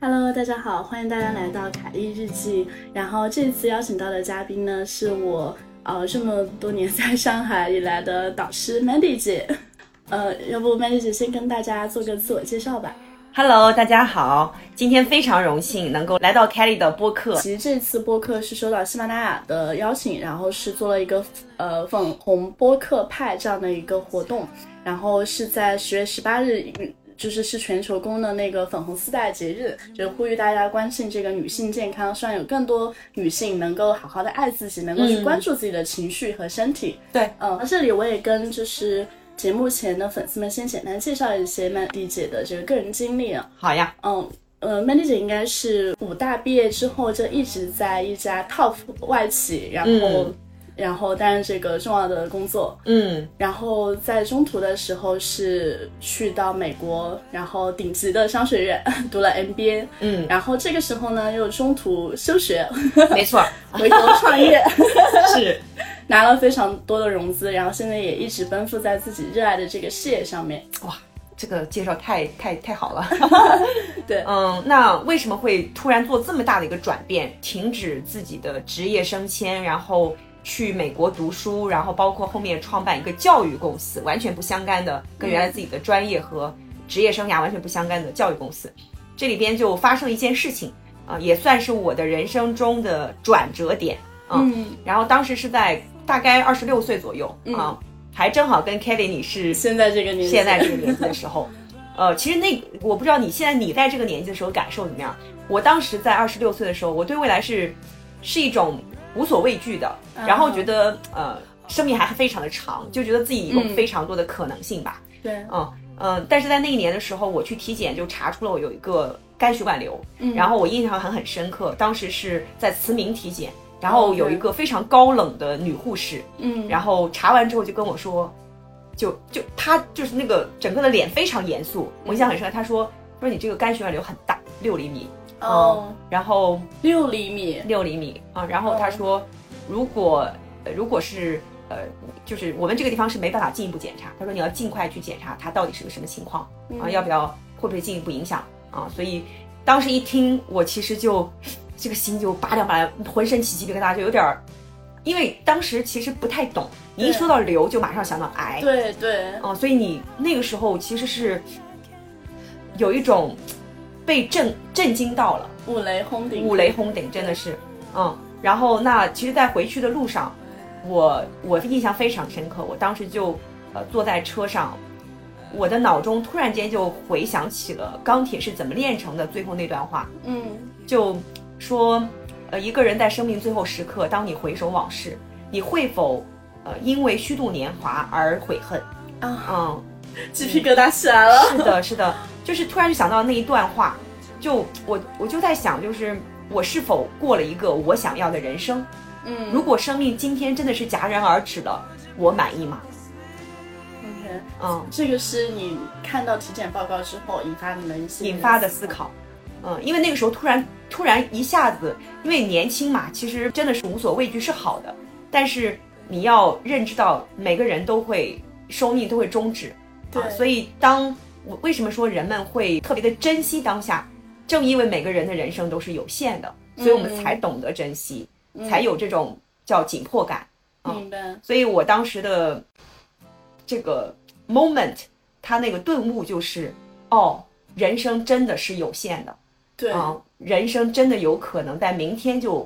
Hello，大家好，欢迎大家来到凯莉日记。然后这次邀请到的嘉宾呢，是我呃这么多年在上海以来的导师 Mandy 姐。呃，要不 Mandy 姐先跟大家做个自我介绍吧。 Hello，大家好，今天非常荣幸能够来到 Kelly 的播客。其实这次播客是收到喜马拉雅的邀请，然后是做了一个呃粉红播客派这样的一个活动，然后是在十月十八日嗯就是是全球公的那个粉红丝带节日，就是呼吁大家关心这个女性健康，希望有更多女性能够好好的爱自己，能够去关注自己的情绪和身体。嗯对，嗯，那这里我也跟就是节目前的粉丝们先简单介绍一些曼迪姐的这个个人经历啊，好呀，嗯。呃，Mandy 姐应该是武大毕业之后就一直在一家 top 外企，然后、嗯然后担任这个重要的工作，嗯，然后在中途的时候是去到美国，然后顶级的商学院 读了 MBA，嗯然后这个时候呢又中途休学， 没错，回头创业， 是，拿了非常多的融资，然后现在也一直奔赴在自己热爱的这个事业上面。哇，这个介绍太太太好了。 对嗯，那为什么会突然做这么大的一个转变，停止自己的职业升迁，然后去美国读书，然后包括后面创办一个教育公司，完全不相干的，跟原来自己的专业和职业生涯完全不相干的教育公司，这里边就发生一件事情啊、也算是我的人生中的转折点。啊嗯，然后当时是在大概二十六岁左右、啊，还正好跟 Kelly 你是现在这个年纪，现在这个年纪的时候，呃，其实那个我不知道你现在你在这个年纪的时候感受怎么样。我当时在二十六岁的时候，我对未来是是一种无所畏惧的，嗯然后觉得呃生命还非常的长，就觉得自己有非常多的可能性吧。嗯对，嗯嗯，但是在那一年的时候，我去体检就查出了我有一个肝血管瘤，嗯然后我印象还很深刻，当时是在慈铭体检，然后有一个非常高冷的女护士，嗯，然后查完之后就跟我说，就就她就是那个整个的脸非常严肃，我印象很深刻，她说说你这个肝血管瘤很大，六厘米，哦，然后六厘米，六厘米啊，然后哦他说，如果呃如果是呃，就是我们这个地方是没办法进一步检查，他说你要尽快去检查它到底是个什么情况嗯啊，要不要会不会进一步影响啊？所以当时一听，我其实就这个心就拔凉拔凉，浑身起鸡皮疙瘩，就有点儿，因为当时其实不太懂，你一对说到瘤就马上想到癌，对对，啊，所以你那个时候其实是有一种被震震惊到了。五雷轰顶，五雷轰顶，真的是，嗯。然后那其实，在回去的路上，我我印象非常深刻，我当时就呃坐在车上，我的脑中突然间就回想起了钢铁是怎么炼成的最后那段话，嗯，就说，呃，一个人在生命最后时刻，当你回首往事，你会否呃因为虚度年华而悔恨？啊嗯，鸡皮疙瘩起来了，是的，是的，就是突然就想到那一段话，就我我就在想，就是我是否过了一个我想要的人生？嗯如果生命今天真的是戛然而止了，我满意吗？ ，OK，嗯，这个是你看到体检报告之后引发你的一些引发的思，考，嗯，因为那个时候突然突然一下子，因为年轻嘛，其实真的是无所畏惧是好的，但是你要认知到每个人都会生命都会终止，对啊，所以当我为什么说人们会特别的珍惜当下，正因为每个人的人生都是有限的，所以我们嗯才懂得珍惜，才有这种叫紧迫感。明白，所以我当时的这个 moment，他那个顿悟就是，哦，人生真的是有限的对，啊、人生真的有可能在明天就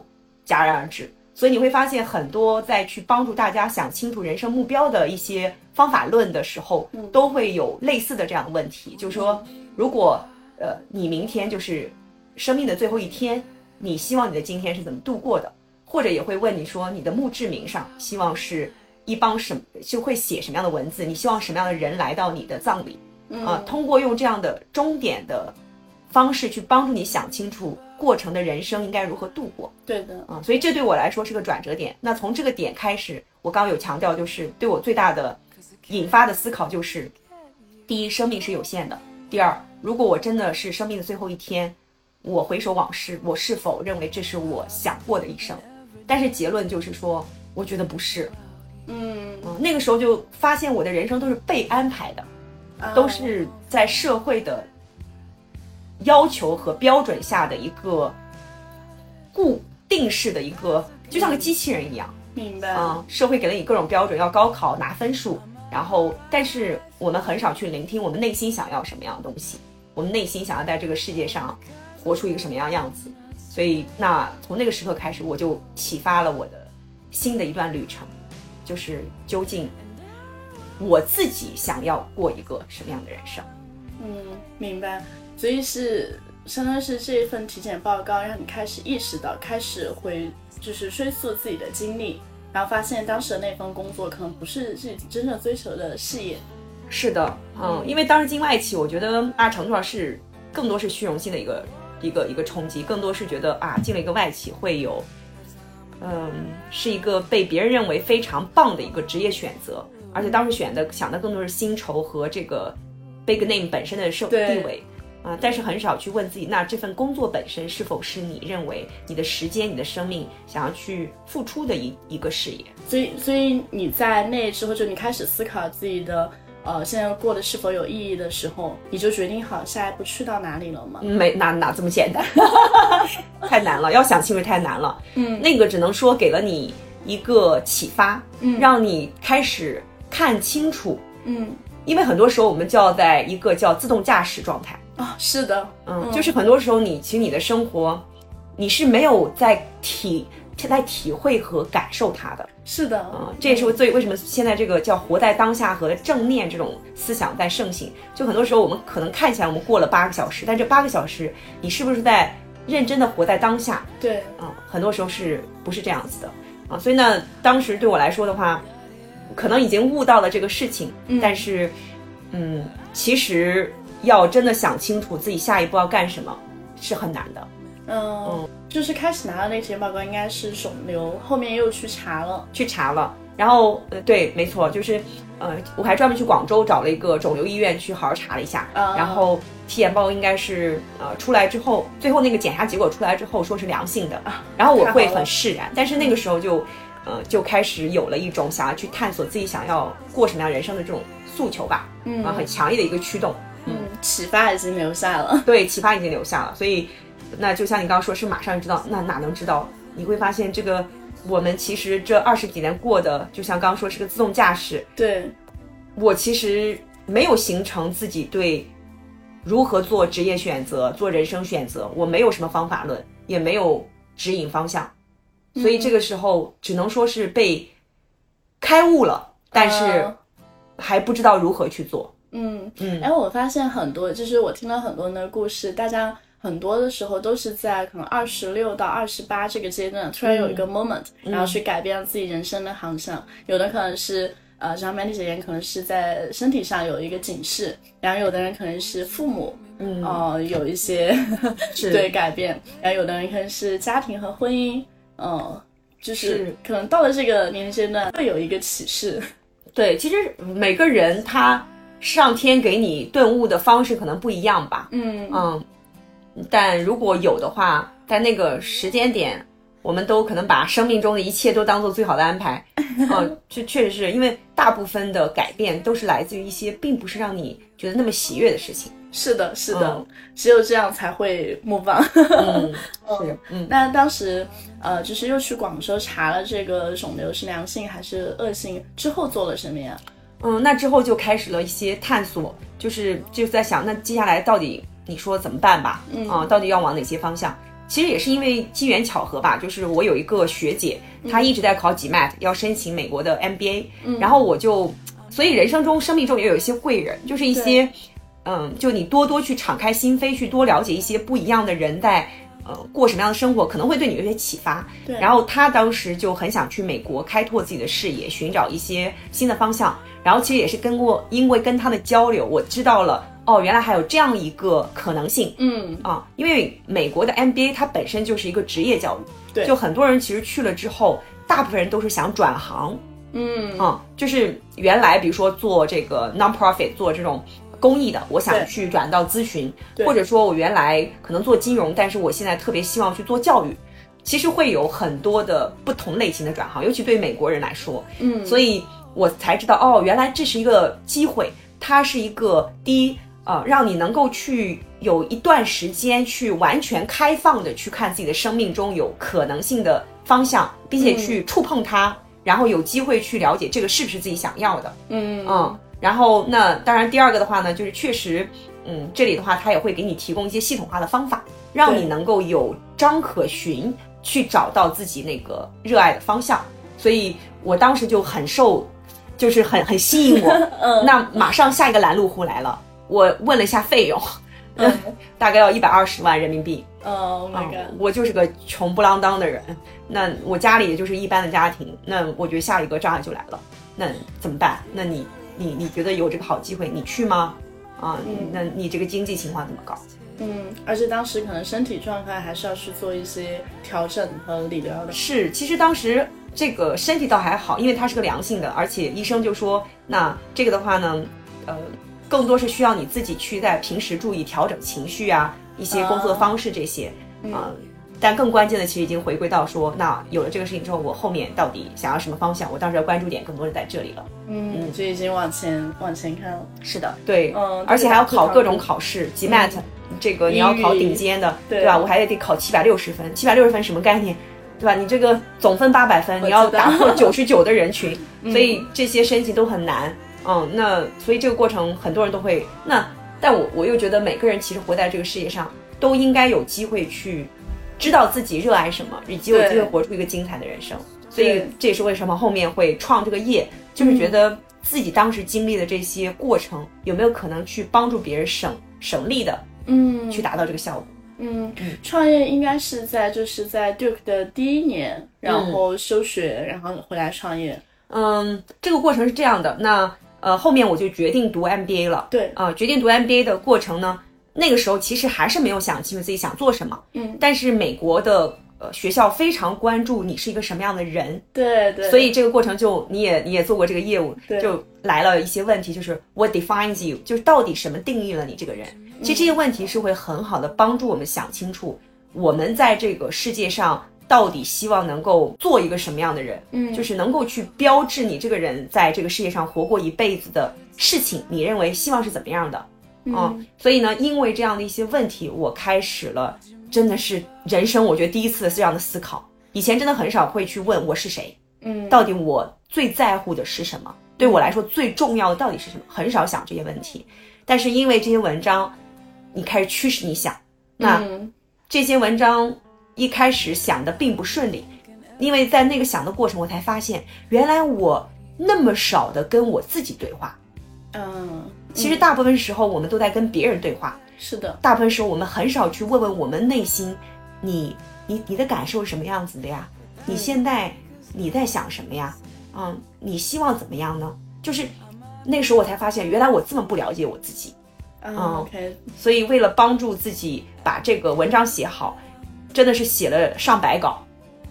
戛然而止。所以你会发现，很多在去帮助大家想清楚人生目标的一些方法论的时候，都会有类似的这样的问题，就是说，如果呃你明天就是生命的最后一天，你希望你的今天是怎么度过的？或者也会问你说，你的墓志铭上希望是一帮什么，就会写什么样的文字？你希望什么样的人来到你的葬礼？啊、通过用这样的终点的方式去帮助你想清楚过程的人生应该如何度过对的，啊、所以这对我来说是个转折点。那从这个点开始，我刚刚有强调，就是对我最大的引发的思考就是：第一，生命是有限的；第二，如果我真的是生命的最后一天，我回首往事，我是否认为这是我想过的一生？但是结论就是说，我觉得不是。嗯，嗯，那个时候就发现我的人生都是被安排的。啊都是在社会的要求和标准下的一个固定式的一个，就像个机器人一样明白。啊、社会给了你各种标准，要高考拿分数，然后但是我们很少去聆听我们内心想要什么样的东西，我们内心想要在这个世界上活出一个什么样样子。所以那从那个时刻开始，我就启发了我的新的一段旅程，就是究竟我自己想要过一个什么样的人生。嗯，明白。所以是相当于是这一份体检报告让你开始意识到，开始回就是追溯自己的经历，然后发现当时的那份工作可能不是自己真正追求的事业。是的，嗯，因为当时境外企，我觉得大程度上是更多是虚荣心的一个一个一个冲击，更多是觉得啊，进了一个外企会有，嗯，是一个被别人认为非常棒的一个职业选择，而且当时选的想的更多是薪酬和这个 big name 本身的社地对位。啊，但是很少去问自己，那这份工作本身是否是你认为你的时间、你的生命想要去付出的一一个事业？所以，所以你在那之后，就你开始思考自己的呃现在过得是否有意义的时候，你就决定好下一步去到哪里了吗？没哪哪这么简单，太难了，要想清楚太难了。嗯那个只能说给了你一个启发，嗯让你开始看清楚，嗯因为很多时候我们就要在一个叫自动驾驶状态，啊、是的，嗯，嗯就是很多时候你其实你的生活，你是没有在体在体会和感受它的，是的，嗯，这也是最为什么现在这个叫活在当下和正念这种思想在盛行。就很多时候我们可能看起来我们过了八个小时，但这八个小时你是不是在认真的活在当下？对，啊，很多时候是不是这样子的啊？所以呢，当时对我来说的话，可能已经悟到了这个事情，但是，嗯，其实要真的想清楚自己下一步要干什么是很难的。嗯，就是开始拿到那个体检报告应该是肿瘤，后面又去查了，去查了，然后呃，对，没错，就是呃，我还专门去广州找了一个肿瘤医院去好好查了一下，啊然后体检报告应该是呃出来之后，最后那个检查结果出来之后说是良性的，然后我会啊太好了嗯很释然，但是那个时候就呃就开始有了一种想要去探索自己想要过什么样人生的这种诉求吧，嗯啊，很强烈的一个驱动，嗯，启发已经留下了，对，启发已经留下了，所以那就像你刚刚说，是马上知道，那哪能知道？你会发现这个我们其实这二十几年过的，就像刚刚说是个自动驾驶，对，我其实没有形成自己对如何做职业选择、做人生选择，我没有什么方法论，也没有指引方向，所以这个时候只能说是被开悟了，但是呃还不知道如何去做。嗯嗯，哎，我发现很多，就是我听了很多人的故事，大家很多的时候都是在可能二十六到二十八这个阶段，突然有一个 moment，、然后去改变自己人生的航向。有的可能是呃，像 Mandy 姐姐可能是在身体上有一个警示，然后有的人可能是父母，嗯，呃，有一些 对改变，然后有的人可能是家庭和婚姻，嗯、就是是可能到了这个年龄阶段会有一个启示，对，其实每个人他上天给你顿悟的方式可能不一样吧。嗯嗯，但如果有的话，在那个时间点，我们都可能把生命中的一切都当做最好的安排。 嗯，这确实是因为大部分的改变都是来自于一些并不是让你觉得那么喜悦的事情。是的，是的，嗯只有这样才会 move on。嗯，是，嗯， 那当时呃，就是又去广州查了这个肿瘤是良性还是恶性，之后做了什么呀？嗯，那之后就开始了一些探索，就是就是在想，那接下来到底你说怎么办吧？嗯啊、到底要往哪些方向？其实也是因为机缘巧合吧，就是我有一个学姐，她一直在考 GMAT，要申请美国的 MBA，、然后我就，所以人生中、生命中也有一些贵人，就是一些，嗯，就你多多去敞开心扉，去多了解一些不一样的人在。呃，过什么样的生活可能会对你有些启发。对然后她当时就很想去美国开拓自己的视野，寻找一些新的方向。然后其实也是跟过，因为跟他的交流，我知道了哦，原来还有这样一个可能性嗯，啊！因为美国的 MBA 它本身就是一个职业教育，对就很多人其实去了之后，大部分人都是想转行，嗯啊，就是原来比如说做这个 non-profit 做这种。公益的，我对想去转到咨询，或者说我原来可能做金融，但是我现在特别希望去做教育，其实会有很多的不同类型的转行，尤其对美国人来说，嗯，所以我才知道哦，原来这是一个机会，它是一个第一呃，让你能够去有一段时间去完全开放的去看自己的生命中有可能性的方向，并且去触碰它，然后有机会去了解这个是不是自己想要的。嗯嗯，然后那当然第二个的话呢，就是确实，嗯，这里的话它也会给你提供一些系统化的方法，让你对能够有章可循去找到自己那个热爱的方向。所以我当时就很受，就是很很吸引我。嗯那马上下一个拦路虎来了，我问了一下费用，嗯 大概要一百二十万人民币。 ，Oh my 嗯 god，我就是个穷不啷当的人，那我家里也就是一般的家庭，那我觉得下一个障碍就来了，那怎么办？那你你你觉得有这个好机会，你去吗？啊，那你这个经济情况怎么搞？嗯，而且当时可能身体状态还是要去做一些调整和理疗的。是，其实当时这个身体倒还好，因为它是个良性的，而且医生就说，那这个的话呢，呃，更多是需要你自己去在平时注意调整情绪啊，一些工作哦方式这些，啊、但更关键的，其实已经回归到说，那有了这个事情之后，我后面到底想要什么方向？我当时的关注点更多是在这里了。嗯，就已经往前往前看了。是的，对，嗯而且还要考各种这个考试，GMAT，、这个你要考顶尖的，对吧？对我还得考七百六十分，七百六十分什么概念？对吧？你这个总分八百分，你要打破九十九的人群，所以这些申请都很难。嗯，那所以这个过程很多人都会那，但我我又觉得每个人其实活在这个世界上都应该有机会去知道自己热爱什么，以及有机会对活出一个精彩的人生。所以对这也是为什么后面会创这个业，就是嗯觉得自己当时经历的这些过程，有没有可能去帮助别人省省力的嗯，去达到这个效果？嗯，创业应该是在就是在 Duke 的第一年，然后休学，然后回来创业。嗯，这个过程是这样的，那呃后面我就决定读 MBA 了。对，啊、决定读 MBA 的过程呢，那个时候其实还是没有想清楚自己想做什么。嗯，但是美国的呃学校非常关注你是一个什么样的人，对对，所以这个过程就你也你也做过这个业务，对就来了一些问题，就是 What defines you？就是到底什么定义了你这个人？其实这些问题是会很好的帮助我们想清楚，我们在这个世界上到底希望能够做一个什么样的人，嗯就是能够去标志你这个人在这个世界上活过一辈子的事情，你认为希望是怎么样的？啊嗯所以呢，因为这样的一些问题，我开始了，真的是人生我觉得第一次这样的思考。以前真的很少会去问我是谁，嗯，到底我最在乎的是什么？对我来说最重要的到底是什么？很少想这些问题。但是因为这些文章，你开始驱使你想，那嗯这些文章一开始想的并不顺利，因为在那个想的过程，我才发现原来我那么少的跟我自己对话。嗯，其实大部分时候我们都在跟别人对话，是的，大部分时候我们很少去问问我们内心，你你你的感受是什么样子的呀？你现在你在想什么呀？嗯，你希望怎么样呢？就是那个时候我才发现，原来我这么不了解我自己。嗯嗯，OK，所以为了帮助自己把这个文章写好，真的是写了上百稿，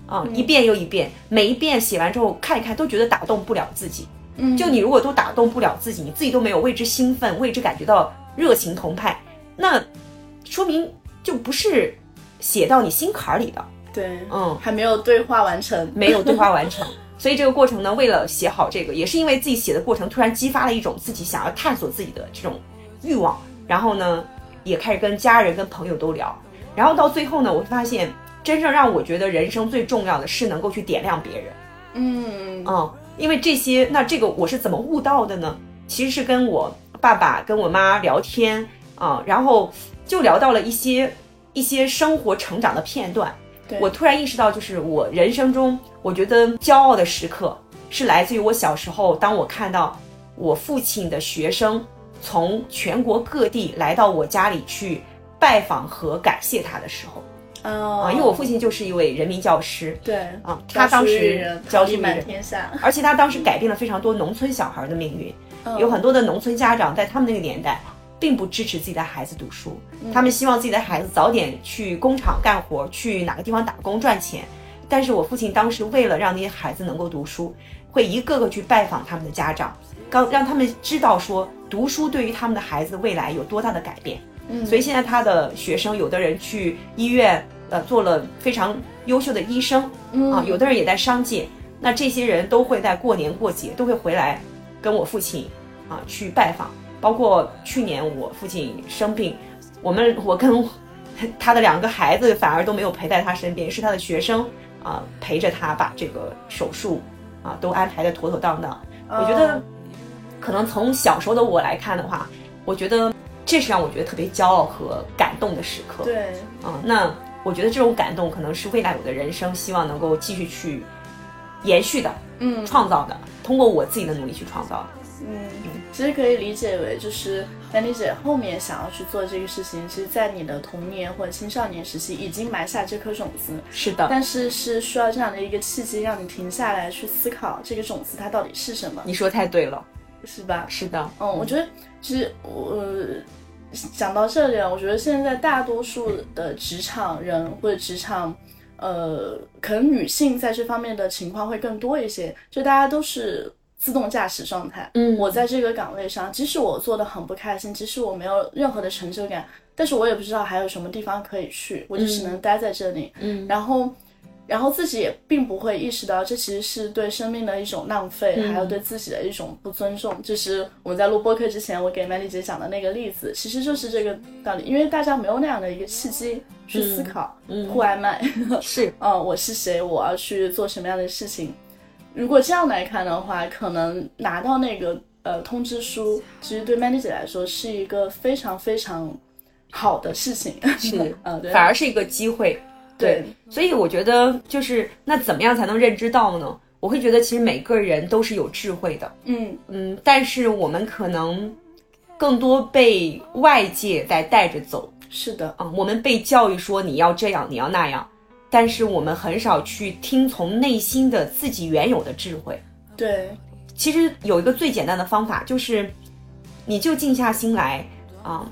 啊、一遍又一遍，每一遍写完之后看一看，都觉得打动不了自己。嗯，就你如果都打动不了自己，你自己都没有为之兴奋，为之感觉到热情澎湃，那说明就不是写到你心坎儿里的，对，嗯，还没有对话完成，没有对话完成。所以这个过程呢，为了写好这个，也是因为自己写的过程突然激发了一种自己想要探索自己的这种欲望，然后呢，也开始跟家人、跟朋友都聊，然后到最后呢，我发现真正让我觉得人生最重要的是能够去点亮别人。嗯嗯，因为这些，那这个我是怎么悟到的呢？其实是跟我爸爸跟我妈聊天啊、然后就聊到了一些一些生活成长的片段。对我突然意识到，就是我人生中，我觉得骄傲的时刻是来自于我小时候，当我看到我父亲的学生从全国各地来到我家里去拜访和感谢他的时候哦啊、，因为我父亲就是一位人民教师，对啊他当时教教书育育满人天下，而且他当时改变了非常多农村小孩的命运。有很多的农村家长在他们那个年代，并不支持自己的孩子读书，他们希望自己的孩子早点去工厂干活，去哪个地方打工赚钱。但是我父亲当时为了让那些孩子能够读书，会一个个去拜访他们的家长，刚让他们知道说读书对于他们的孩子未来有多大的改变。嗯所以现在他的学生，有的人去医院，呃，做了非常优秀的医生，嗯啊，有的人也在商界。那这些人都会在过年过节都会回来跟我父亲啊去拜访，包括去年我父亲生病，我们我跟 他的两个孩子反而都没有陪在他身边，是他的学生啊、陪着他把这个手术啊、都安排的妥妥当当。我觉得嗯可能从小时候的我来看的话，我觉得这是让我觉得特别骄傲和感动的时刻。对，嗯，那我觉得这种感动可能是未来我的人生希望能够继续去延续的、嗯创造的，通过我自己的努力去创造的。嗯，其实可以理解为就是丹妮姐后面想要去做这个事情，其实，在你的童年或者青少年时期已经埋下这颗种子，是的，但是是需要这样的一个契机，让你停下来去思考这个种子它到底是什么，你说太对了。是吧？是的，嗯，我觉得其实我、呃、讲到这里啊，我觉得现在大多数的职场人或者职场，呃，可能女性在这方面的情况会更多一些，就大家都是自动驾驶状态。嗯我在这个岗位上，即使我做的很不开心，即使我没有任何的成就感，但是我也不知道还有什么地方可以去，我就只能待在这里。嗯然后。然后自己也并不会意识到，这其实是对生命的一种浪费，还嗯有对自己的一种不尊重。就是我们在录播客之前，我给曼丽姐讲的那个例子，其实就是这个道理。因为大家没有那样的一个契机去思考、嗯 who am I， 是嗯，我是谁，我要去做什么样的事情。如果这样来看的话，可能拿到那个呃通知书，其实对曼丽姐来说是一个非常非常好的事情。，是 嗯，对，反而是一个机会。对，所以我觉得就是那怎么样才能认知到呢？我会觉得其实每个人都是有智慧的，嗯嗯，但是我们可能更多被外界在带着走是的，啊、我们被教育说你要这样，你要那样，但是我们很少去听从内心的自己原有的智慧。对，其实有一个最简单的方法，就是你就静下心来啊、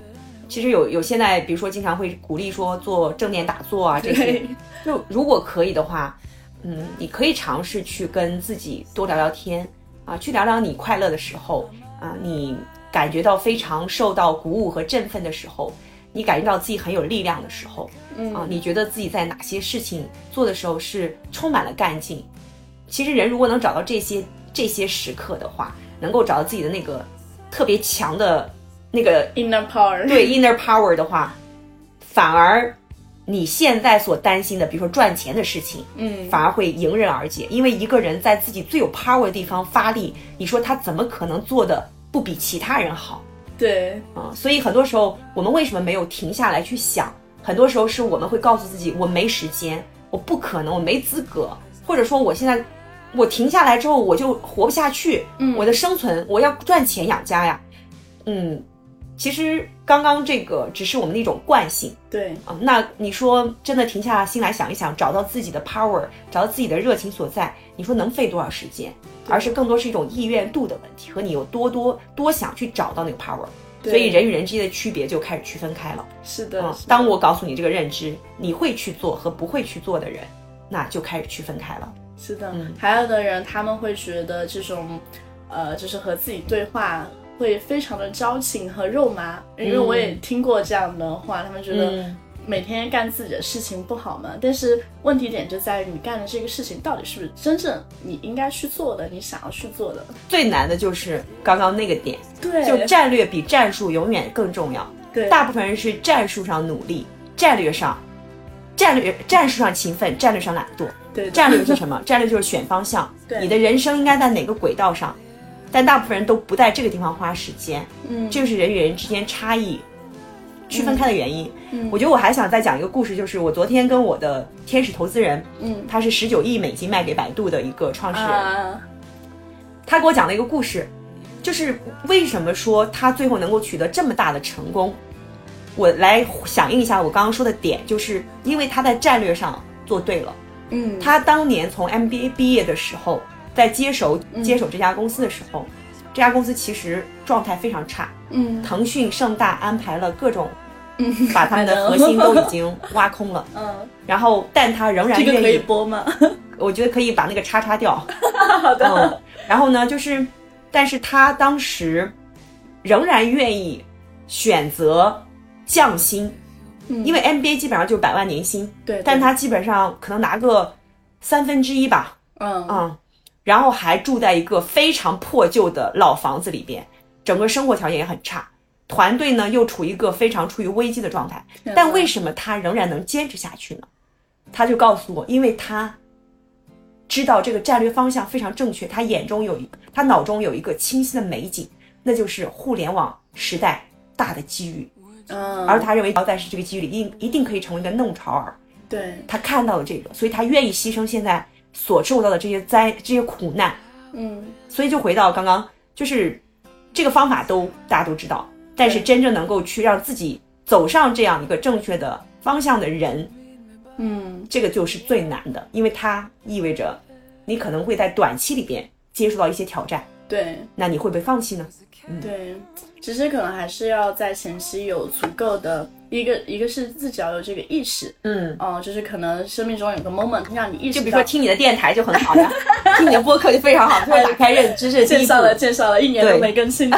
其实有有现在，比如说经常会鼓励说做正念打坐啊这些对，， 就如果可以的话，嗯，你可以尝试去跟自己多聊聊天啊，去聊聊你快乐的时候啊，你感觉到非常受到鼓舞和振奋的时候，你感觉到自己很有力量的时候，嗯啊，你觉得自己在哪些事情做的时候是充满了干劲？其实人如果能找到这些这些时刻的话，能够找到自己的那个特别强的那个 inner power，对 inner power 的话，反而你现在所担心的，比如说赚钱的事情，嗯，反而会迎刃而解。因为一个人在自己最有 power 的地方发力，你说他怎么可能做的不比其他人好对，啊、所以很多时候，我们为什么没有停下来去想？很多时候是我们会告诉自己，我没时间，我不可能，我没资格，或者说我现在我停下来之后我就活不下去，嗯我的生存，我要赚钱养家呀。嗯，其实刚刚这个只是我们的一种惯性对，啊。那你说真的停下心来想一想，找到自己的 power，找到自己的热情所在，你说能费多少时间？而是更多是一种意愿度的问题，和你有多多多想去找到那个 power。对所以人与人之间的区别就开始区分开了。是的，嗯是，的当我告诉你这个认知，你会去做和不会去做的人，那就开始区分开了。是的嗯，还有的人他们会觉得这种，呃，就是和自己对话会非常的矫情和肉麻，因为嗯我也听过这样的话，他们觉得嗯，每天干自己的事情不好嘛。但是问题点就在于你干的这个事情到底是不是真正你应该去做的，你想要去做的。最难的就是刚刚那个点，对，就战略比战术永远更重要。对，大部分人是战术上努力，战略上，战略战术上勤奋，战略上懒惰。对战略是 什么？战略就是选方向，对你的人生应该在哪个轨道上。但大部分人都不在这个地方花时间，嗯这就是人与人之间差异区分开的原因。嗯我觉得我还想再讲一个故事，就是我昨天跟我的天使投资人，嗯他是十九亿美金卖给百度的一个创始人，啊，他给我讲了一个故事，就是为什么说他最后能够取得这么大的成功。我来响应一下我刚刚说的点，就是因为他在战略上做对了。嗯，他当年从 MBA 毕业的时候，在接手嗯接手这家公司的时候，这家公司其实状态非常差，嗯腾讯、盛大安排了各种，嗯把他们的核心都已经挖空了， 嗯，然后但他仍然这个可愿以意，播吗？我觉得可以把那个叉叉掉。好的，嗯，然后呢，就是，但是他当时仍然愿意选择降薪，嗯因为 MBA 基本上就是百万年薪， 对，对但他基本上可能拿个三分之一吧，嗯啊、然后还住在一个非常破旧的老房子里边，整个生活条件也很差。团队呢又处于一个非常处于危机的状态。但为什么他仍然能坚持下去呢？他就告诉我，因为他知道这个战略方向非常正确，他眼中有一，他脑中有一个清晰的美景，那就是互联网时代大的机遇。嗯，而他认为，在是这个机遇里，一一定可以成为一个弄潮儿。对，他看到了这个，所以他愿意牺牲现在所受到的这些灾、这些苦难。嗯，所以就回到刚刚，就是这个方法都大家都知道，但是真正能够去让自己走上这样一个正确的方向的人，嗯，这个就是最难的，因为它意味着你可能会在短期里边接触到一些挑战，对那你会不会放弃呢？对，其实可能还是要在前期有足够的一个，一个是自己要有这个意识，嗯，嗯、就是可能生命中有个 moment 让你意识就到，比如说听你的电台就很好 呀，听你的播客就非常好，就是打开认知这是第介一步绍。了介绍了，一年对都没更新。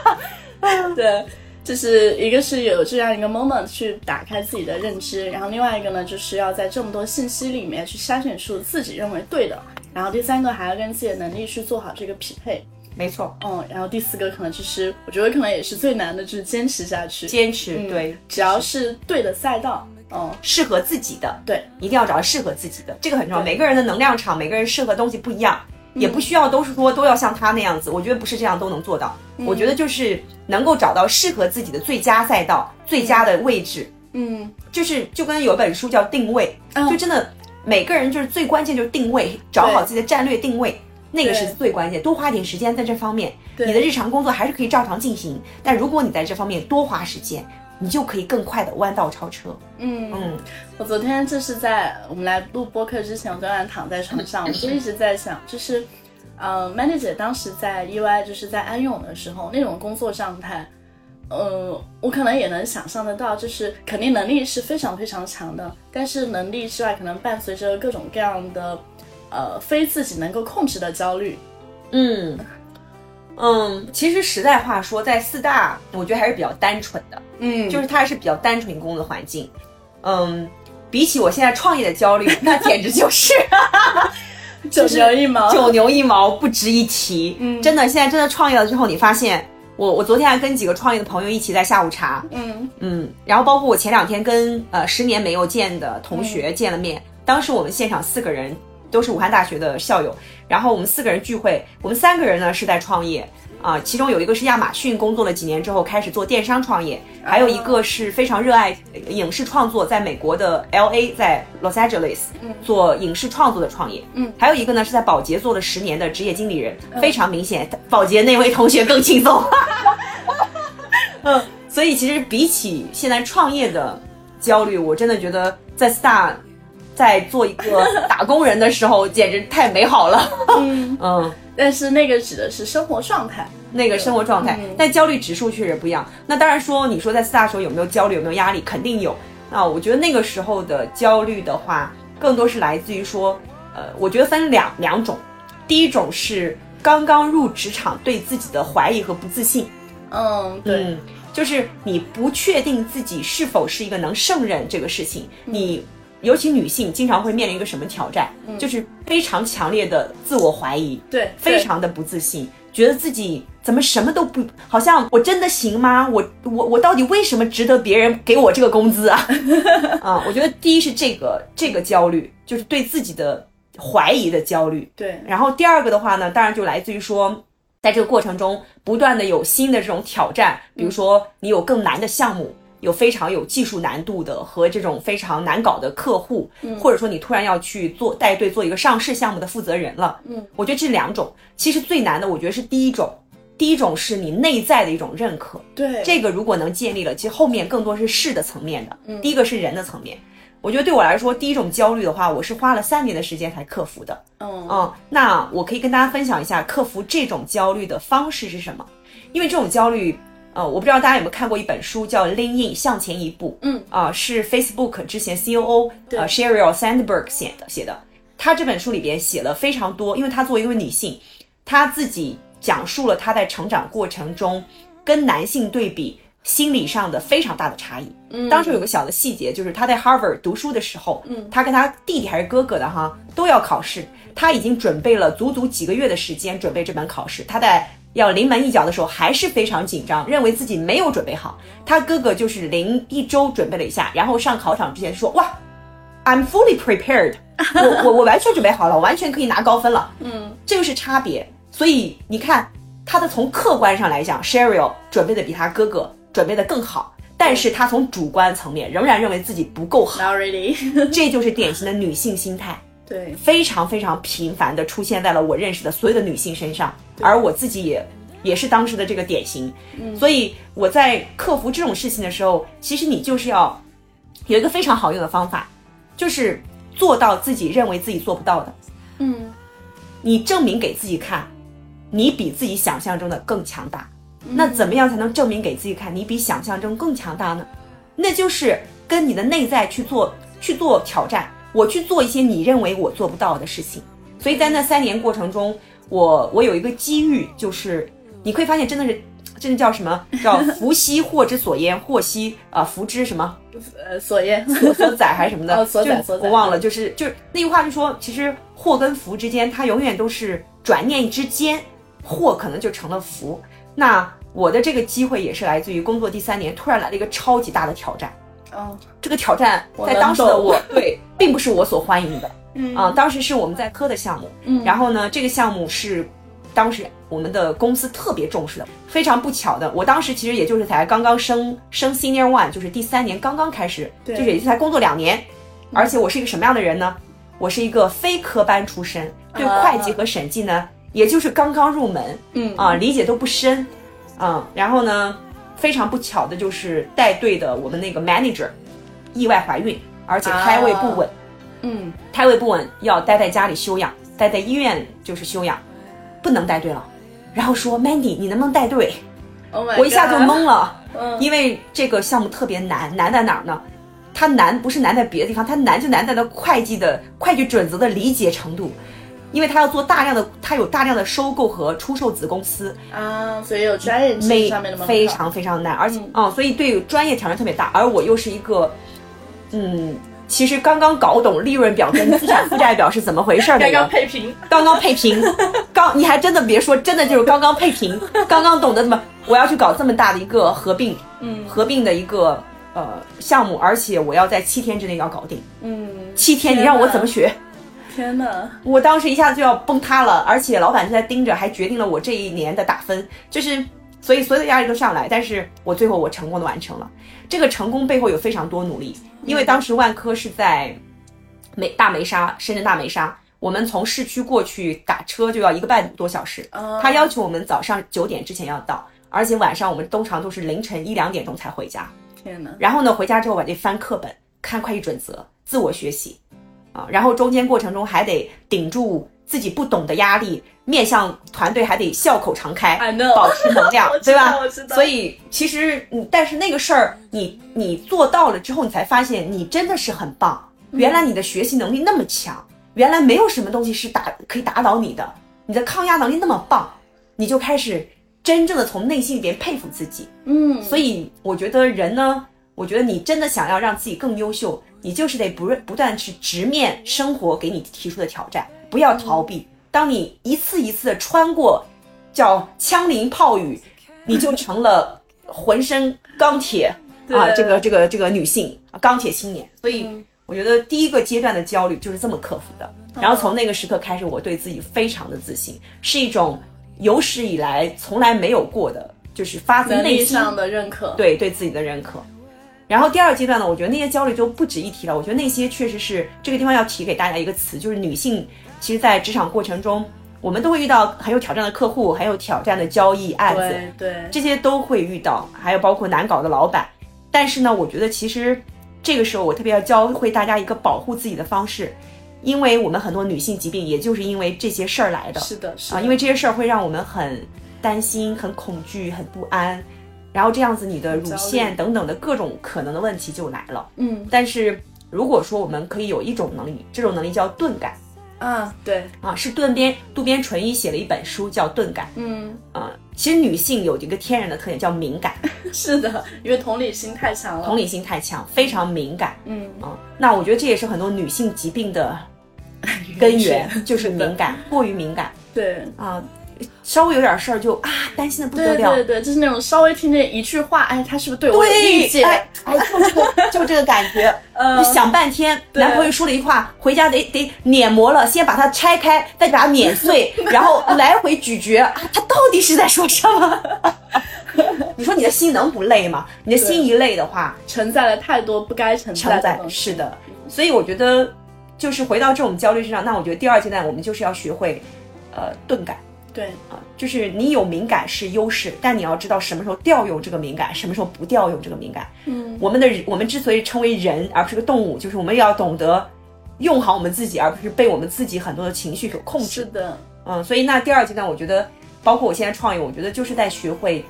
对，就是一个是有这样一个 moment 去打开自己的认知，然后另外一个呢，就是要在这么多信息里面去筛选出自己认为对的，然后第三个还要跟自己的能力去做好这个匹配。没错，嗯，然后第四个可能就是我觉得可能也是最难的，就是坚持下去。坚持嗯对，只要是对的赛道，嗯，适合自己的，对，一定要找到适合自己的，这个很重对要。嗯每个人的能量场，每个人适合的东西不一样，也不需要都是说都要像他那样子。我觉得不是这样都能做到。嗯我觉得就是能够找到适合自己的最佳赛道、最佳的位置，嗯，就是就跟有本书叫《定位》，就真的每个人就是最关键就是定位，找好自己的战略定位。那个是对最关键，多花点时间在这方面，对你的日常工作还是可以照常进行。但如果你在这方面多花时间，你就可以更快的弯道超车。嗯嗯，我昨天就是在我们来录播客之前，我昨晚躺在床上，我就一直在想，就是，呃，Mandy 姐当时在 EY 就是在安永的时候那种工作状态，呃，我可能也能想象得到，就是肯定能力是非常非常强的，但是能力之外，可能伴随着各种各样的，呃，非自己能够控制的焦虑。嗯，嗯，其实实在话说，在四大，我觉得还是比较单纯的，嗯就是它还是比较单纯工作环境。嗯，比起我现在创业的焦虑，那简直就是 九牛一毛。九牛一毛，不值一提。哦嗯真的，现在真的创业了之后，你发现我，我昨天还跟几个创业的朋友一起在下午茶，嗯嗯，然后包括我前两天跟呃十年没有见的同学见了面，当时我们现场四个人都是武汉大学的校友，然后我们四个人聚会，我们三个人呢是在创业啊、其中有一个是亚马逊工作了几年之后开始做电商创业，还有一个是非常热爱呃影视创作，在美国的 L A 在 Los Angeles 做影视创作的创业，嗯，还有一个呢是在宝洁做了十年的职业经理人，非常明显，宝洁那位同学更轻松。嗯，所以其实比起现在创业的焦虑，我真的觉得在 Star 在做一个打工人的时候，简直太美好了。嗯，嗯，但是那个指的是生活状态。那个生活状态嗯，但焦虑指数确实不一样。那当然说，你说在 Star 时候有没有焦虑，有没有压力，肯定有。那我觉得那个时候的焦虑的话，更多是来自于说，呃，我觉得分两两种，第一种是刚刚入职场对自己的怀疑和不自信。嗯，对，嗯，就是你不确定自己是否是一个能胜任这个事情，你尤其女性经常会面临一个什么挑战，就是非常强烈的自我怀疑，对，非常的不自信，觉得自己怎么什么都不，好像我真的行吗？我我我到底为什么值得别人给我这个工资啊？ 啊，我觉得第一是这个这个焦虑，就是对自己的怀疑的焦虑，对。对然后第二个的话呢，当然就来自于说，在这个过程中不断的有新的这种挑战，比如说你有更难的项目，有非常有技术难度的和这种非常难搞的客户，或者说你突然要去做带队做一个上市项目的负责人了。嗯，我觉得这两种其实最难的，我觉得是第一种。第一种是你内在的一种认可，对这个如果能建立了，其实后面更多是事的层面的。嗯第一个是人的层面，我觉得对我来说，第一种焦虑的话，我是花了三年的时间才克服的。嗯嗯，那我可以跟大家分享一下克服这种焦虑的方式是什么？因为这种焦虑，呃，我不知道大家有没有看过一本书叫《Lean In 向前一步》，嗯，啊、是 Facebook 之前 COO 呃 Sheryl Sandberg 写的写的。他这本书里边写了非常多，因为她作为一位女性，她自己讲述了她在成长过程中跟男性对比心理上的非常大的差异。当时有个小的细节，就是他在 Harvard 读书的时候，嗯，他跟他弟弟还是哥哥的哈，都要考试，他已经准备了足足几个月的时间准备这门考试。他在要临门一脚的时候，还是非常紧张，认为自己没有准备好。他哥哥就是临一周准备了一下，然后上考场之前说：“哇，I'm fully prepared，我我我完全准备好了，我完全可以拿高分了。”嗯，这就是差别。所以你看，他的从客观上来讲，Sheryl 准备的比他哥哥准备的更好，但是他从主观层面仍然认为自己不 够好， ，not really， 这就是典型的女性心态。对，非常非常频繁的出现在了我认识的所有的女性身上，而我自己也也是当时的这个典型。所以我在克服这种事情的时候，其实你就是要有一个非常好用的方法，就是做到自己认为自己做不到的，嗯你证明给自己看，你比自己想象中的更强大。那怎么样才能证明给自己看你比想象中更强大呢？那就是跟你的内在去做去做挑战，我去做一些你认为我做不到的事情。所以在那三年过程中，我我有一个机遇，就是你会发现真的是。真的叫什么？叫福兮祸之所焉，祸兮啊、呃福之什么呃，所言，所所载还是什么 的？哦所载就所载我忘了。就是就是那句话就说，其实祸跟福之间，它永远都是转念之间，祸可能就成了福。那我的这个机会也是来自于工作第三年，突然来了一个超级大的挑战。哦，这个挑战我在能当时的懂我， 对，并不是我所欢迎的。嗯啊、当时是我们在科的项目，嗯然后呢，这个项目是当时我们的公司特别重视的，非常不巧的，我当时其实也就是才刚刚升升 senior one，就是第三年刚刚开始，就对嗯是也就才工作两年，而且我是一个什么样的人呢？我是一个非科班出身，对啊会计和审计呢，也就是刚刚入门，嗯啊、理解都不深，嗯、然后呢，非常不巧的就是带队的我们那个 manager 意外怀孕，而且胎位不稳。嗯胎位不稳，要待在家里休养，待在医院就是休养，不能带队了。然后说 Mandy，你能不能带队？ ，Oh my，我一下就，懵了，嗯因为这个项目特别难，难在哪儿呢？它难不是难在别的地方，它难就难在了会计的会计准则的理解程度，因为它要做大量的，它有大量的收购和出售子公司，啊，所以有专业知识非上面的门槛非常非常难，而且嗯所以对专业挑战特别大。而我又是一个，嗯，其实刚刚搞懂利润表跟资产负债表是怎么回事儿的刚人，刚配平，刚刚配平，刚你还真的别说，真的就是刚刚配平，刚刚懂得怎么我要去搞这么大的一个合并，嗯合并的一个呃项目，而且我要在七天之内要搞定，嗯，七天你天哪让我怎么学？天哪，我当时一下子就要崩塌了，而且老板就在盯着，还决定了我这一年的打分，就是所以所有的压力都上来，但是我最后我成功的完成了。这个成功背后有非常多努力，因为当时万科是在美大梅沙，深圳大梅沙，我们从市区过去打车就要一个半多小时，啊他要求我们早上九点之前要到，而且晚上我们通常都是凌晨一两点钟才回家。天哪，然后呢，回家之后我得翻课本，看会计准则，自我学习，啊，然后中间过程中还得顶住自己不懂的压力，面向团队还得笑口常开 I know 保持能量 我，知对道吧我知？道所以其实你，但是那个事儿，你你做到了之后，你才发现你真的是很棒，嗯原来你的学习能力那么强，原来没有什么东西是打可以打倒你的，你的抗压能力那么棒，你就开始真正的从内心里边佩服自己。嗯，所以我觉得人呢，我觉得你真的想要让自己更优秀，你就是得不不断去直面生活给你提出的挑战，不要逃避。嗯当你一次一次的穿过，叫枪林 炮雨，你就成了浑身钢铁啊，对这个这个这个女性啊钢铁青年。所以嗯我觉得第一个阶段的焦虑就是这么克服的。然后从那个时刻开始，我对自己非常的自信，是一种有史以来从来没有过的，就是发自能内力心上的认可，，对对自己的认可。然后第二阶段呢，我觉得那些焦虑就不值一提了。我觉得那些确实是这个地方要提给大家一个词，就是女性其实，在职场过程中，我们都会遇到很有挑战的客户，很有挑战的交易案子，对对，这些都会遇到，还有包括难搞的老板。但是呢，我觉得其实这个时候我特别要教会大家一个保护自己的方式，因为我们很多女性疾病也就是因为这些事儿来的。是的，是啊，的因为这些事儿会让我们很担心、很恐惧、很不安，然后这样子你的乳焦虑腺等等的各种可能的问题就来了。嗯但是如果说我们可以有一种能力，这种能力叫钝感啊，对，啊，是顿边渡边淳一写了一本书叫《钝感嗯，》啊。其实女性有一个天然的特点叫敏感，是的，因为同理心太强了，同理心太强，非常敏感嗯，啊。那我觉得这也是很多 女性疾病的根源，就是敏感，过于敏感。对，啊、稍微有点事儿就啊担心的不得对了，对对，就是那种稍微听见一句话，哎，他是不是对我有意对，见？哎哎， 就这个就这个感觉，嗯就想半天，对男朋友说了一句话，回家得得碾磨了，先把它拆开，再把它碾 碎，然后来回咀嚼啊，他到底是在说什 么？你说你的心能不累吗？你的心一累的话，承载了太多不该承承载的载东西。是的，所以我觉得就是回到这种焦虑身上，那我觉得第二阶段我们就是要学会，呃，钝感。对，啊，就是你有敏感是优势，但你要知道什么时候调用这个敏感，什么时候不调用这个敏感。嗯，我们的人我们之所以称为人而不是个动物，就是我们要懂得用好我们自己，而不是被我们自己很多的情绪所控是制。的，嗯，所以那第二阶段，我觉得包括我现在创业，我觉得就是在学会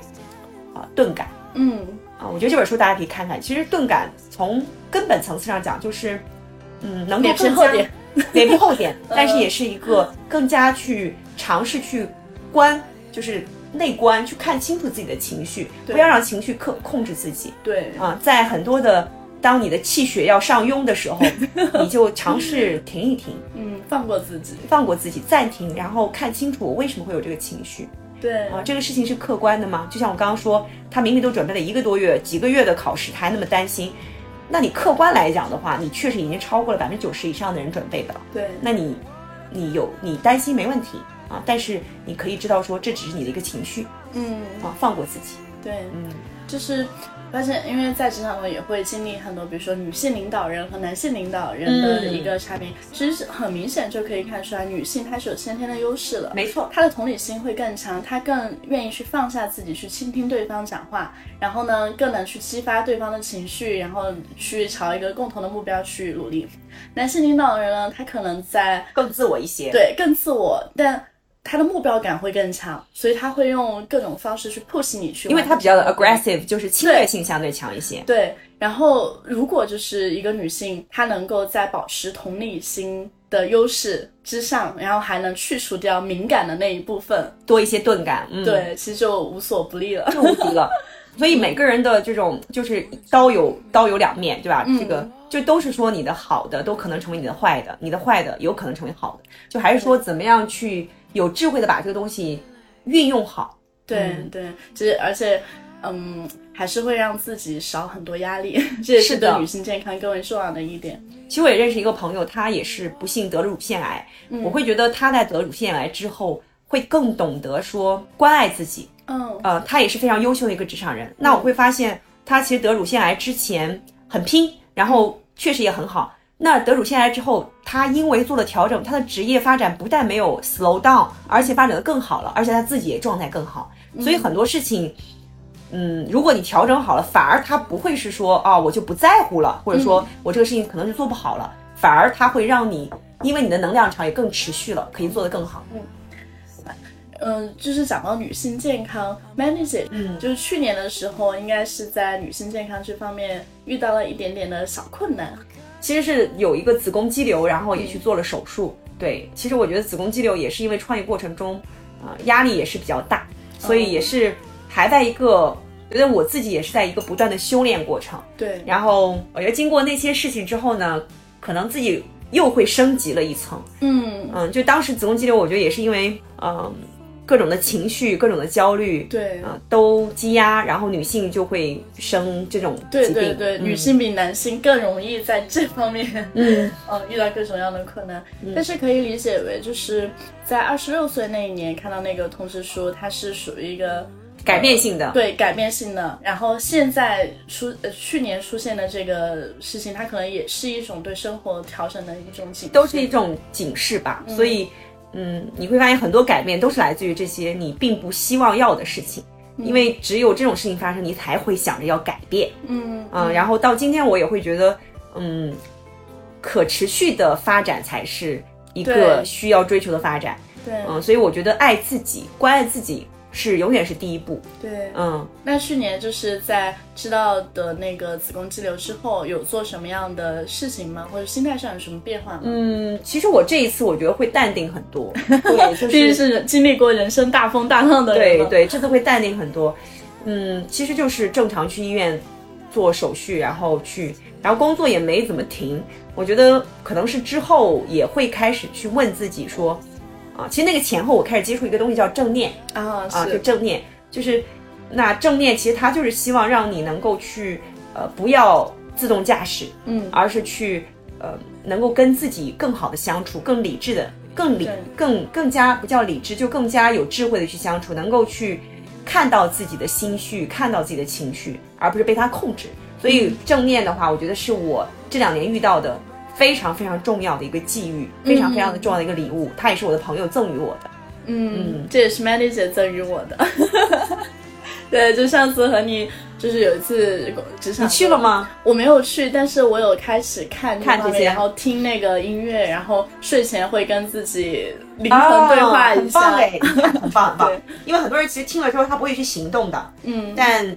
啊钝感嗯，啊。我觉得这本书大家可以看看。其实钝感从根本层次上讲，就是嗯能够脸皮更厚加 点，嗯脸皮厚点，但是也是一个更加去尝试去观，就是内观，去看清楚自己的情绪，对不要让情绪克控制自己对，啊。在很多的当你的气血要上涌的时候，你就尝试停一停，嗯，放过自己，放过自己，暂停，然后看清楚我为什么会有这个情绪对，啊。这个事情是客观的吗？就像我刚刚说，他明明都准备了一个多月、几个月的考试，他还那么担心。那你客观来讲的话，你确实已经超过了百分之九十以上的人准备的了。对，那你你有你担心没问题啊，但是你可以知道说这只是你的一个情绪嗯，啊，放过自己。对，嗯，就是发现，因为在职场上也会经历很多，比如说女性领导人和男性领导人的嗯一个差别，其实很明显就可以看出来，女性她是有先天的优势了。没错，她的同理心会更强，她更愿意去放下自己，去倾听对方讲话，然后呢，更能去激发对方的情绪，然后去朝一个共同的目标去努力。男性领导人呢，他可能在更自我一些。，对更自我，但他的目标感会更强，所以他会用各种方式去 push 你去完成，因为他比较的 aggressive，就是侵略性相对强一些。对，然后如果就是一个女性，她能够在保持同理心的优势之上，然后还能去除掉敏感的那一部分，多一些钝感，嗯，，对，其实就无所不利 了。就无敌了。所以每个人的这种就是刀有刀有两面，对吧？这个就都是说你的好的都可能成为你的坏的，你的坏的有可能成为好的，就还是说怎么样去有智慧的把这个东西运用好。对嗯对，就是而且，嗯，还是会让自己少很多压力， 这也是是对的女性健康更为重要的一点。其实我也认识一个朋友，他也是不幸得了乳腺癌。我会觉得他在得乳腺癌之后，会更懂得说关爱自己。嗯，呃，他也是非常优秀的一个职场人。那我会发现，他其实得乳腺癌之前很拼，然后确实也很好。那得乳腺癌之后，他因为做了调整，他的职业发展不但没有 slow down，而且发展的更好了，而且他自己也状态更好。所以很多事情，嗯，如果你调整好了，反而他不会是说啊、我就不在乎了，或者说我这个事情可能是做不好了，反而他会让你，因为你的能量场也更持续了，可以做得更好。嗯，就是讲到女性健康，Mandy 姐，嗯，就是去年的时候，应该是在女性健康这方面遇到了一点点的小困难。其实是有一个子宫肌瘤，然后也去嗯做了手术。对，其实我觉得子宫肌瘤也是因为创业过程中，呃，压力也是比较大，哦所以也是还在一个，觉得我自己也是在一个不断的修炼过程。对，然后我觉得经过那些事情之后呢，可能自己又会升级了一层。嗯，嗯，就当时子宫肌瘤，我觉得也是因为，嗯，各种的情绪，各种的焦虑，对，啊、都积压，然后女性就会生这种疾对病。对对，嗯女性比男性更容易在这方面，嗯，呃，遇到各种各样的困难。但是可以理解为，就是在二十六岁那一年看到那个通知书，它是属于一个改变性的。对改变性的。然后现在出呃去年出现的这个事情，它可能也是一种对生活调整的一种警示，都是一种警示吧。所以，嗯，你会发现很多改变都是来自于这些你并不希望要的事情，因为只有这种事情发生，你才会想着要改变。嗯嗯、然后到今天我也会觉得，嗯，可持续的发展才是一个对需要追求的发展。对嗯、所以我觉得爱自己、关爱自己是永远是第一步。对。嗯，那去年就是在知道的那个子宫肌瘤之后，有做什么样的事情吗？或者心态上有什么变化吗？嗯，其实我这一次我觉得会淡定很 多，对，就毕竟是是人经历过人生大风大浪的人对嘛，对，这次会淡定很多。嗯，其实就是正常去医院做手续，然后去，然后工作也没怎么停。我觉得可能是之后也会开始去问自己说，啊。其实那个前后，我开始接触一个东西叫正念啊啊，就是正念，就是那正念其实它就是希望让你能够去呃不要自动驾驶，嗯而是去呃能够跟自己更好的相处，更理智的、更理对、更更加不叫理智，就更加有智慧的去相处，能够去看到自己的心绪，看到自己的情绪，而不是被它控制。所以正念的话，我觉得是我这两年遇到的非常非常重要的一个际遇，非常非常的重要的一个礼物，它也是我的朋友赠予我的。嗯，这也是 Mandy 姐赠予我的。 对，就上次和你就是有一次职场，你去了？吗？我没有去，但是我有开始看看这方这面些然后听那个音乐，然后睡前会跟自己灵魂对话一啊很棒下。哎，很棒很棒 对。因为很多人其实听了之后，他不会去行动的，嗯但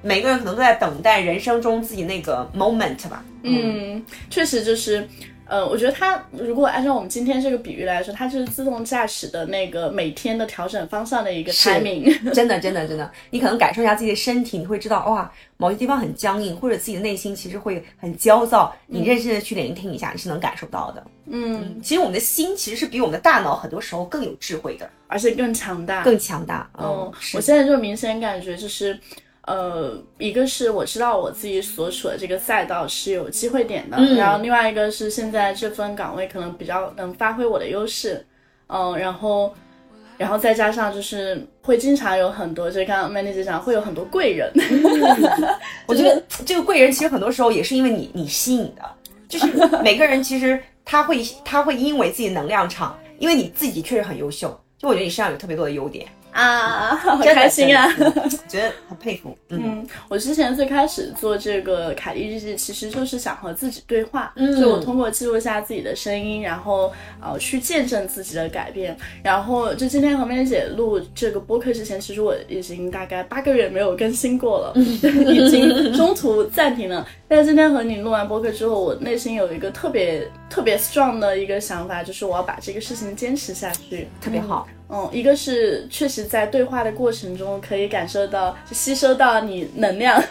每个人可能都在等待人生中自己那个 moment 吧。嗯，确实就是。呃，我觉得它如果按照我们今天这个比喻来说，它就是自动驾驶的那个每天的调整方向的一个是 timing。 嗯真的，真的，真的，你可能感受一下自己的身体，你会知道哇，某些地方很僵硬，或者自己的内心其实会很焦躁。你认真的去聆听一下，你是能感受到的。嗯，其实我们的心其实是比我们的大脑很多时候更有智慧的，而且更强大，更强大。嗯嗯，，我是现在就明显感觉就是，呃，一个是我知道我自己所处的这个赛道是有机会点的，嗯然后另外一个是现在这份岗位可能比较能发挥我的优势，嗯，然后。然后再加上就是会经常有很多，就刚刚 manager 讲会有很多贵人，我觉得这个贵人其实很多时候也是因为你你吸引的，就是 每个人其实他会他会因为自己能量场，因为你自己确实很优秀，就我觉得你身上有特别多的优点， 啊，好真的开心啊！！真的觉得很佩服。嗯，嗯，我之前最开始做这个凯莉日记，其实就是想和自己对话，嗯就我通过记录下自己的声音，然后呃去见证自己的改变。然后就今天和妹姐录这个播客之前，其实我已经大概八个月没有更新过了，嗯已经中途暂停了。但是今天和你录完播客之后，我内心有一个特别特别 strong 的一个想法，就是我要把这个事情坚持下去。特别好。嗯，一个是确实在对话的过程中可以感受到、就吸收到你能量，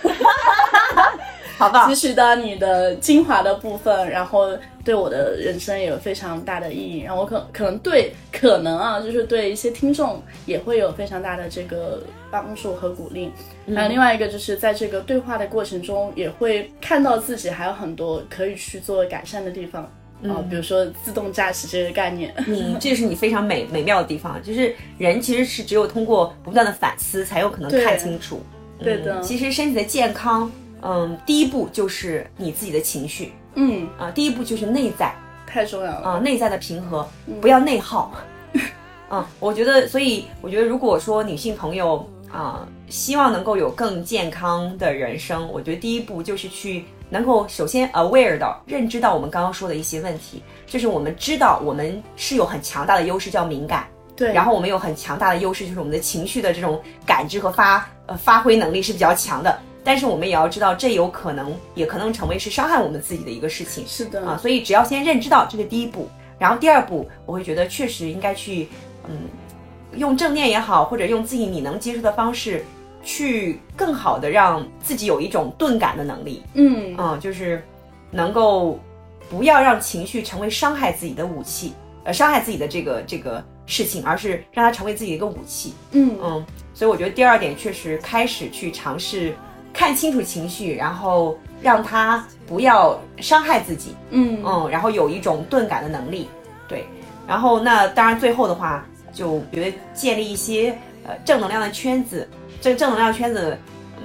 好不好 吸？取到你的精华的部分，然后对我的人生也有非常大的意义。然后我可可能对可能啊，就是对一些听众也会有非常大的这个帮助和鼓励。嗯然后另外一个就是在这个对话的过程中，也会看到自己还有很多可以去做改善的地方啊、嗯比如说自动驾驶这个概念。你这是你非常美美妙的地方，就是人其实是只有通过不断的反思，才有可能对看清楚。对的嗯其实身体的健康，嗯，第一步就是你自己的情绪嗯，啊、第一步就是内在。太重要了。啊、内在的平和，不要内耗。 啊、我觉得，所以我觉得，如果说女性朋友啊、希望能够有更健康的人生，我觉得第一步就是去能够首先 aware 到认知到我们刚刚说的一些问题，就是我们知道我们是有很强大的优势，叫敏感。对，然后我们有很强大的优势，就是我们的情绪的这种感知和发呃发挥能力是比较强的。但是我们也要知道，这有可能也可能成为是伤害我们自己的一个事情。是的啊，所以只要先认知到这是第一步，然后第二步，我会觉得确实应该去嗯，用正念也好，或者用自己你能接受的方式，去更好的让自己有一种钝感的能力。嗯，嗯，就是能够不要让情绪成为伤害自己的武器，呃，伤害自己的这个这个事情，而是让它成为自己的一个武器。嗯嗯，所以我觉得第二点确实开始去尝试看清楚情绪，然后让它不要伤害自己。嗯嗯，然后有一种钝感的能力，对。然后那当然最后的话，就觉得建立一些呃正能量的圈子，这正能量圈子，嗯，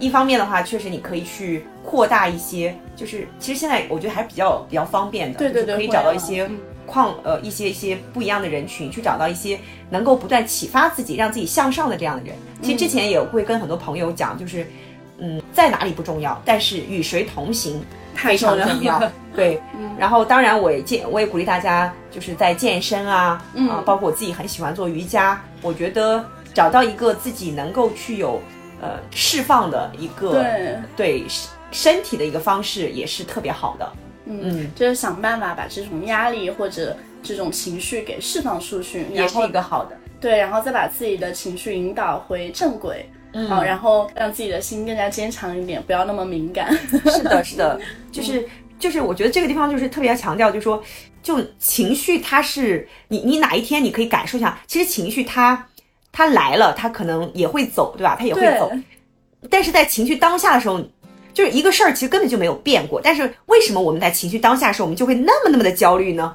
一方面的话，确实你可以去扩大一些，就是其实现在我觉得还是比较比较方便的，对对就是对可以会找到一啊些嗯矿呃一些一些不一样的人群，去找到一些能够不断启发自己、让自己向上的这样的人。嗯其实之前也会跟很多朋友讲，就是。嗯，在哪里不重要，但是与谁同行太非常重要。 对，嗯然后当然我也建，我也鼓励大家就是在健身啊，嗯啊，包括我自己很喜欢做瑜伽，我觉得找到一个自己能够去有呃释放的一个对，对身身体的一个方式也是特别好的。嗯，就是想办法把这种压力或者这种情绪给释放出去，也然是后一个好 的。对，然后再把自己的情绪引导回正轨，嗯、然后让自己的心更加坚强一点，不要那么敏感。 是的，是的，就是就是我觉得这个地方就是特别要强调，就是说，就情绪它是你你哪一天你可以感受一下，其实情绪它它来了，它可能也会走，对吧？它也会对走，但是在情绪当下的时候，就是一个事儿其实根本就没有变过，但是为什么我们在情绪当下的时候，我们就会那么那么的焦虑呢？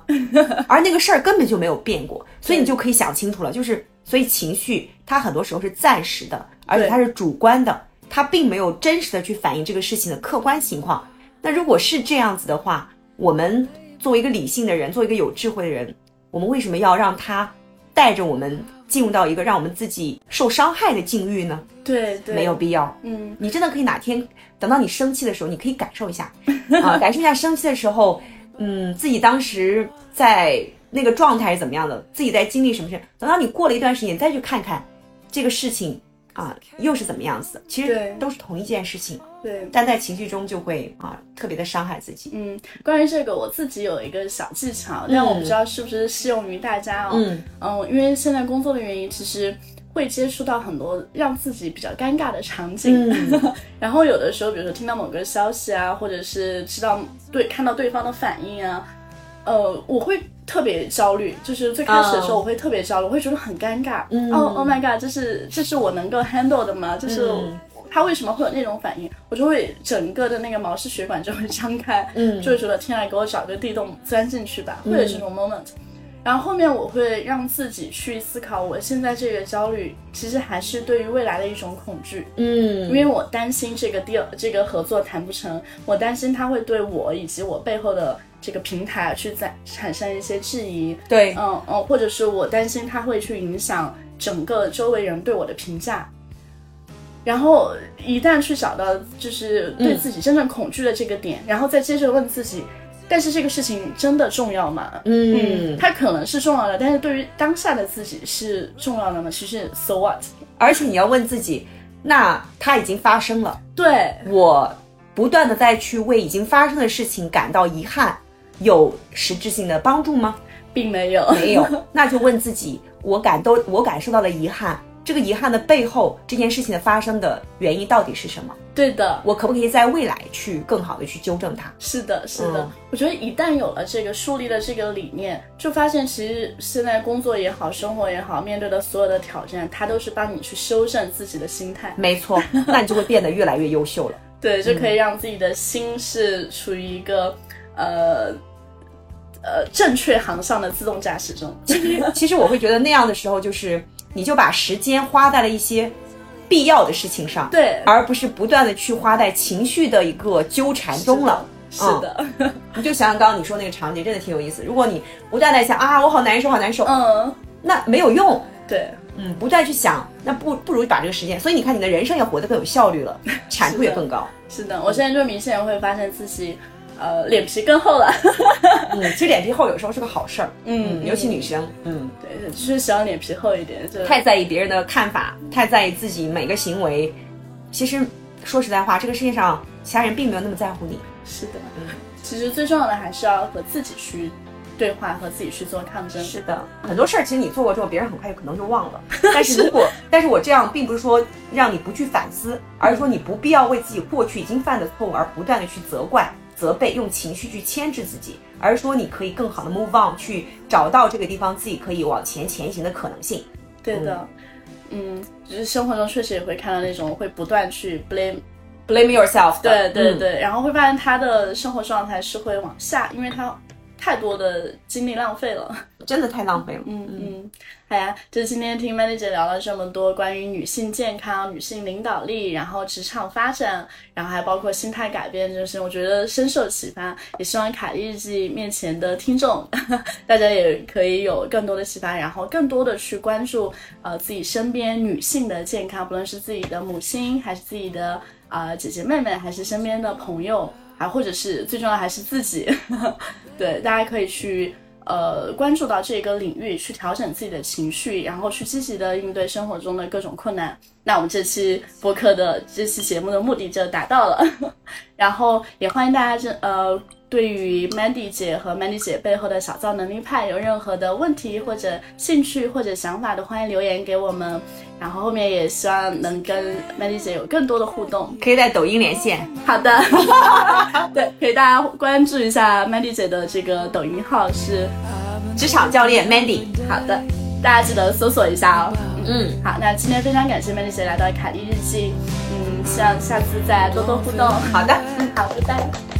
而那个事儿根本就没有变过，所以你就可以想清楚了，就是所以情绪它很多时候是暂时的，而且它是主观的，它并没有真实的去反映这个事情的客观情况。那如果是这样子的话，我们作为一个理性的人，作为一个有智慧的人，我们为什么要让它带着我们进入到一个让我们自己受伤害的境遇呢？对对，没有，必要。嗯，你真的可以哪天等到你生气的时候，你可以感受一下 啊，感受一下生气的时候，嗯，自己当时在那个状态是怎么样的，自己在经历什么事。等到你过了一段时间，你再去看看这个事情啊，又是怎么样子的。其实对都是同一件事情，对。但在情绪中就会啊，特别的伤害自己。嗯，关于这个，我自己有一个小技巧，但我不知道是不是适用于大家哦。嗯嗯，因为现在工作的原因，其实会接触到很多让自己比较尴尬的场景。嗯 然后有的时候，比如说听到某个消息啊，或者是知道对看到对方的反应啊，呃，我会特别焦虑。就是最开始的时候，嗯我会特别焦虑，我会觉得很尴尬。嗯哦 oh my god，这是这是我能够 handle 的吗？就是。嗯他为什么会有那种反应？我就会整个的那个毛细血管就会张开，嗯就会觉得天啊，给我找个地洞钻进去吧，会有这种 moment。然后后面我会让自己去思考，我现在这个焦虑其实还是对于未来的一种恐惧，因嗯为我担心这个 deal 这个合作谈不成，我担心他会对我以及我背后的这个平台去产产生一些质疑，对，嗯嗯，或者是我担心他会去影响整个周围人对我的评价。然后一旦去找到就是对自己真正恐惧的这个点，然后再接着问自己，但是这个事情真的重要吗？嗯，它可能是重要的，但是对于当下的自己是重要的吗？其实 so what？而且你要问自己，那它已经发生了。对我不断的再去为已经发生的事情感到遗憾，有实质性的帮助吗？并没有， 没有，那就问自己，我感都我感受到了遗憾，这个遗憾的背后，这件事情的发生的原因到底是什么？对的，我可不可以在未来去更好的去纠正它？是的，是的，嗯我觉得一旦有了这个树立了这个理念，就发现其实现在工作也好，生活也好，面对的所有的挑战，它都是帮你去修正自己的心态，没错，那你就会变得越来越优秀了。对，就可以让自己的心是处于一个、呃呃正确航向的自动驾驶 中。其实我会觉得那样的时候，就是你就把时间花在了一些必要的事情上，对，而不是不断的去花在情绪的一个纠缠中了。是的，你就想想刚刚你说那个场景，真的挺有意思。如果你不断在想啊，我好难受，好难受，嗯，那没有用。对，嗯，不断去想，那不不如把这个时间。所以你看，你的人生也活得更有效率了，产出也更高。是的，我现在就明显会发现自己呃脸皮更厚了，嗯，其实脸皮厚有时候是个好事儿。嗯尤其女生，嗯，对，就是喜欢脸皮厚一点，就太在意别人的看法，太在意自己每个行为。其实说实在话，这个世界上其他人并没有那么在乎你。是的，其实最重要的还是要和自己去对话，和自己去做抗争。是的，很多事儿其实你做过之后，别人很快就可能就忘了。但是如 果，但是我这样并不是说让你不去反思，而是说你不必要为自己过去已经犯的错误而不断的去责怪、责备，用情绪去牵制自己，而是说你可以更好的 move on，去找到这个地方自己可以往前前行的可能性。对的，嗯，就是生活中确实也会看到那种会不断去 blame。嗯 Blame yourself 对的。对嗯，对，然后会发现他的生活状态是会往下，因为他太多的精力浪费了。真的太浪费了。嗯嗯，好呀，就是今天听 Mandy 姐聊了这么多关于女性健康、女性领导力，然后职场发展，然后还包括心态改变，就是我觉得深受启发。也希望凯莉日记面前的听众，大家也可以有更多的启发，然后更多的去关注呃自己身边女性的健康，不论是自己的母亲，还是自己的啊、呃姐姐妹妹，还是身边的朋友，啊，或者是最重要还是自己。 对，大家可以去呃关注到这个领域，去调整自己的情绪，然后去积极的应对生活中的各种困难。那我们这期播 客的这期节目的目的就达到了，然后也欢迎大家这呃。对于 Mandy 姐和 Mandy 姐背后的小造能力派有任何的问题或者兴趣或者想法的，欢迎留言给我们。然后后面也希望能跟 Mandy 姐有更多的互动。可以在抖音连线。好的， 对，可以大家关注一下 Mandy 姐的这个抖音号是职场教练 Mandy，好的，大家记得搜索一下哦。嗯嗯，好，那今天非常感谢 Mandy 姐来到凯莉日记，嗯，希望下次再多多互动。好的。嗯，好，拜拜。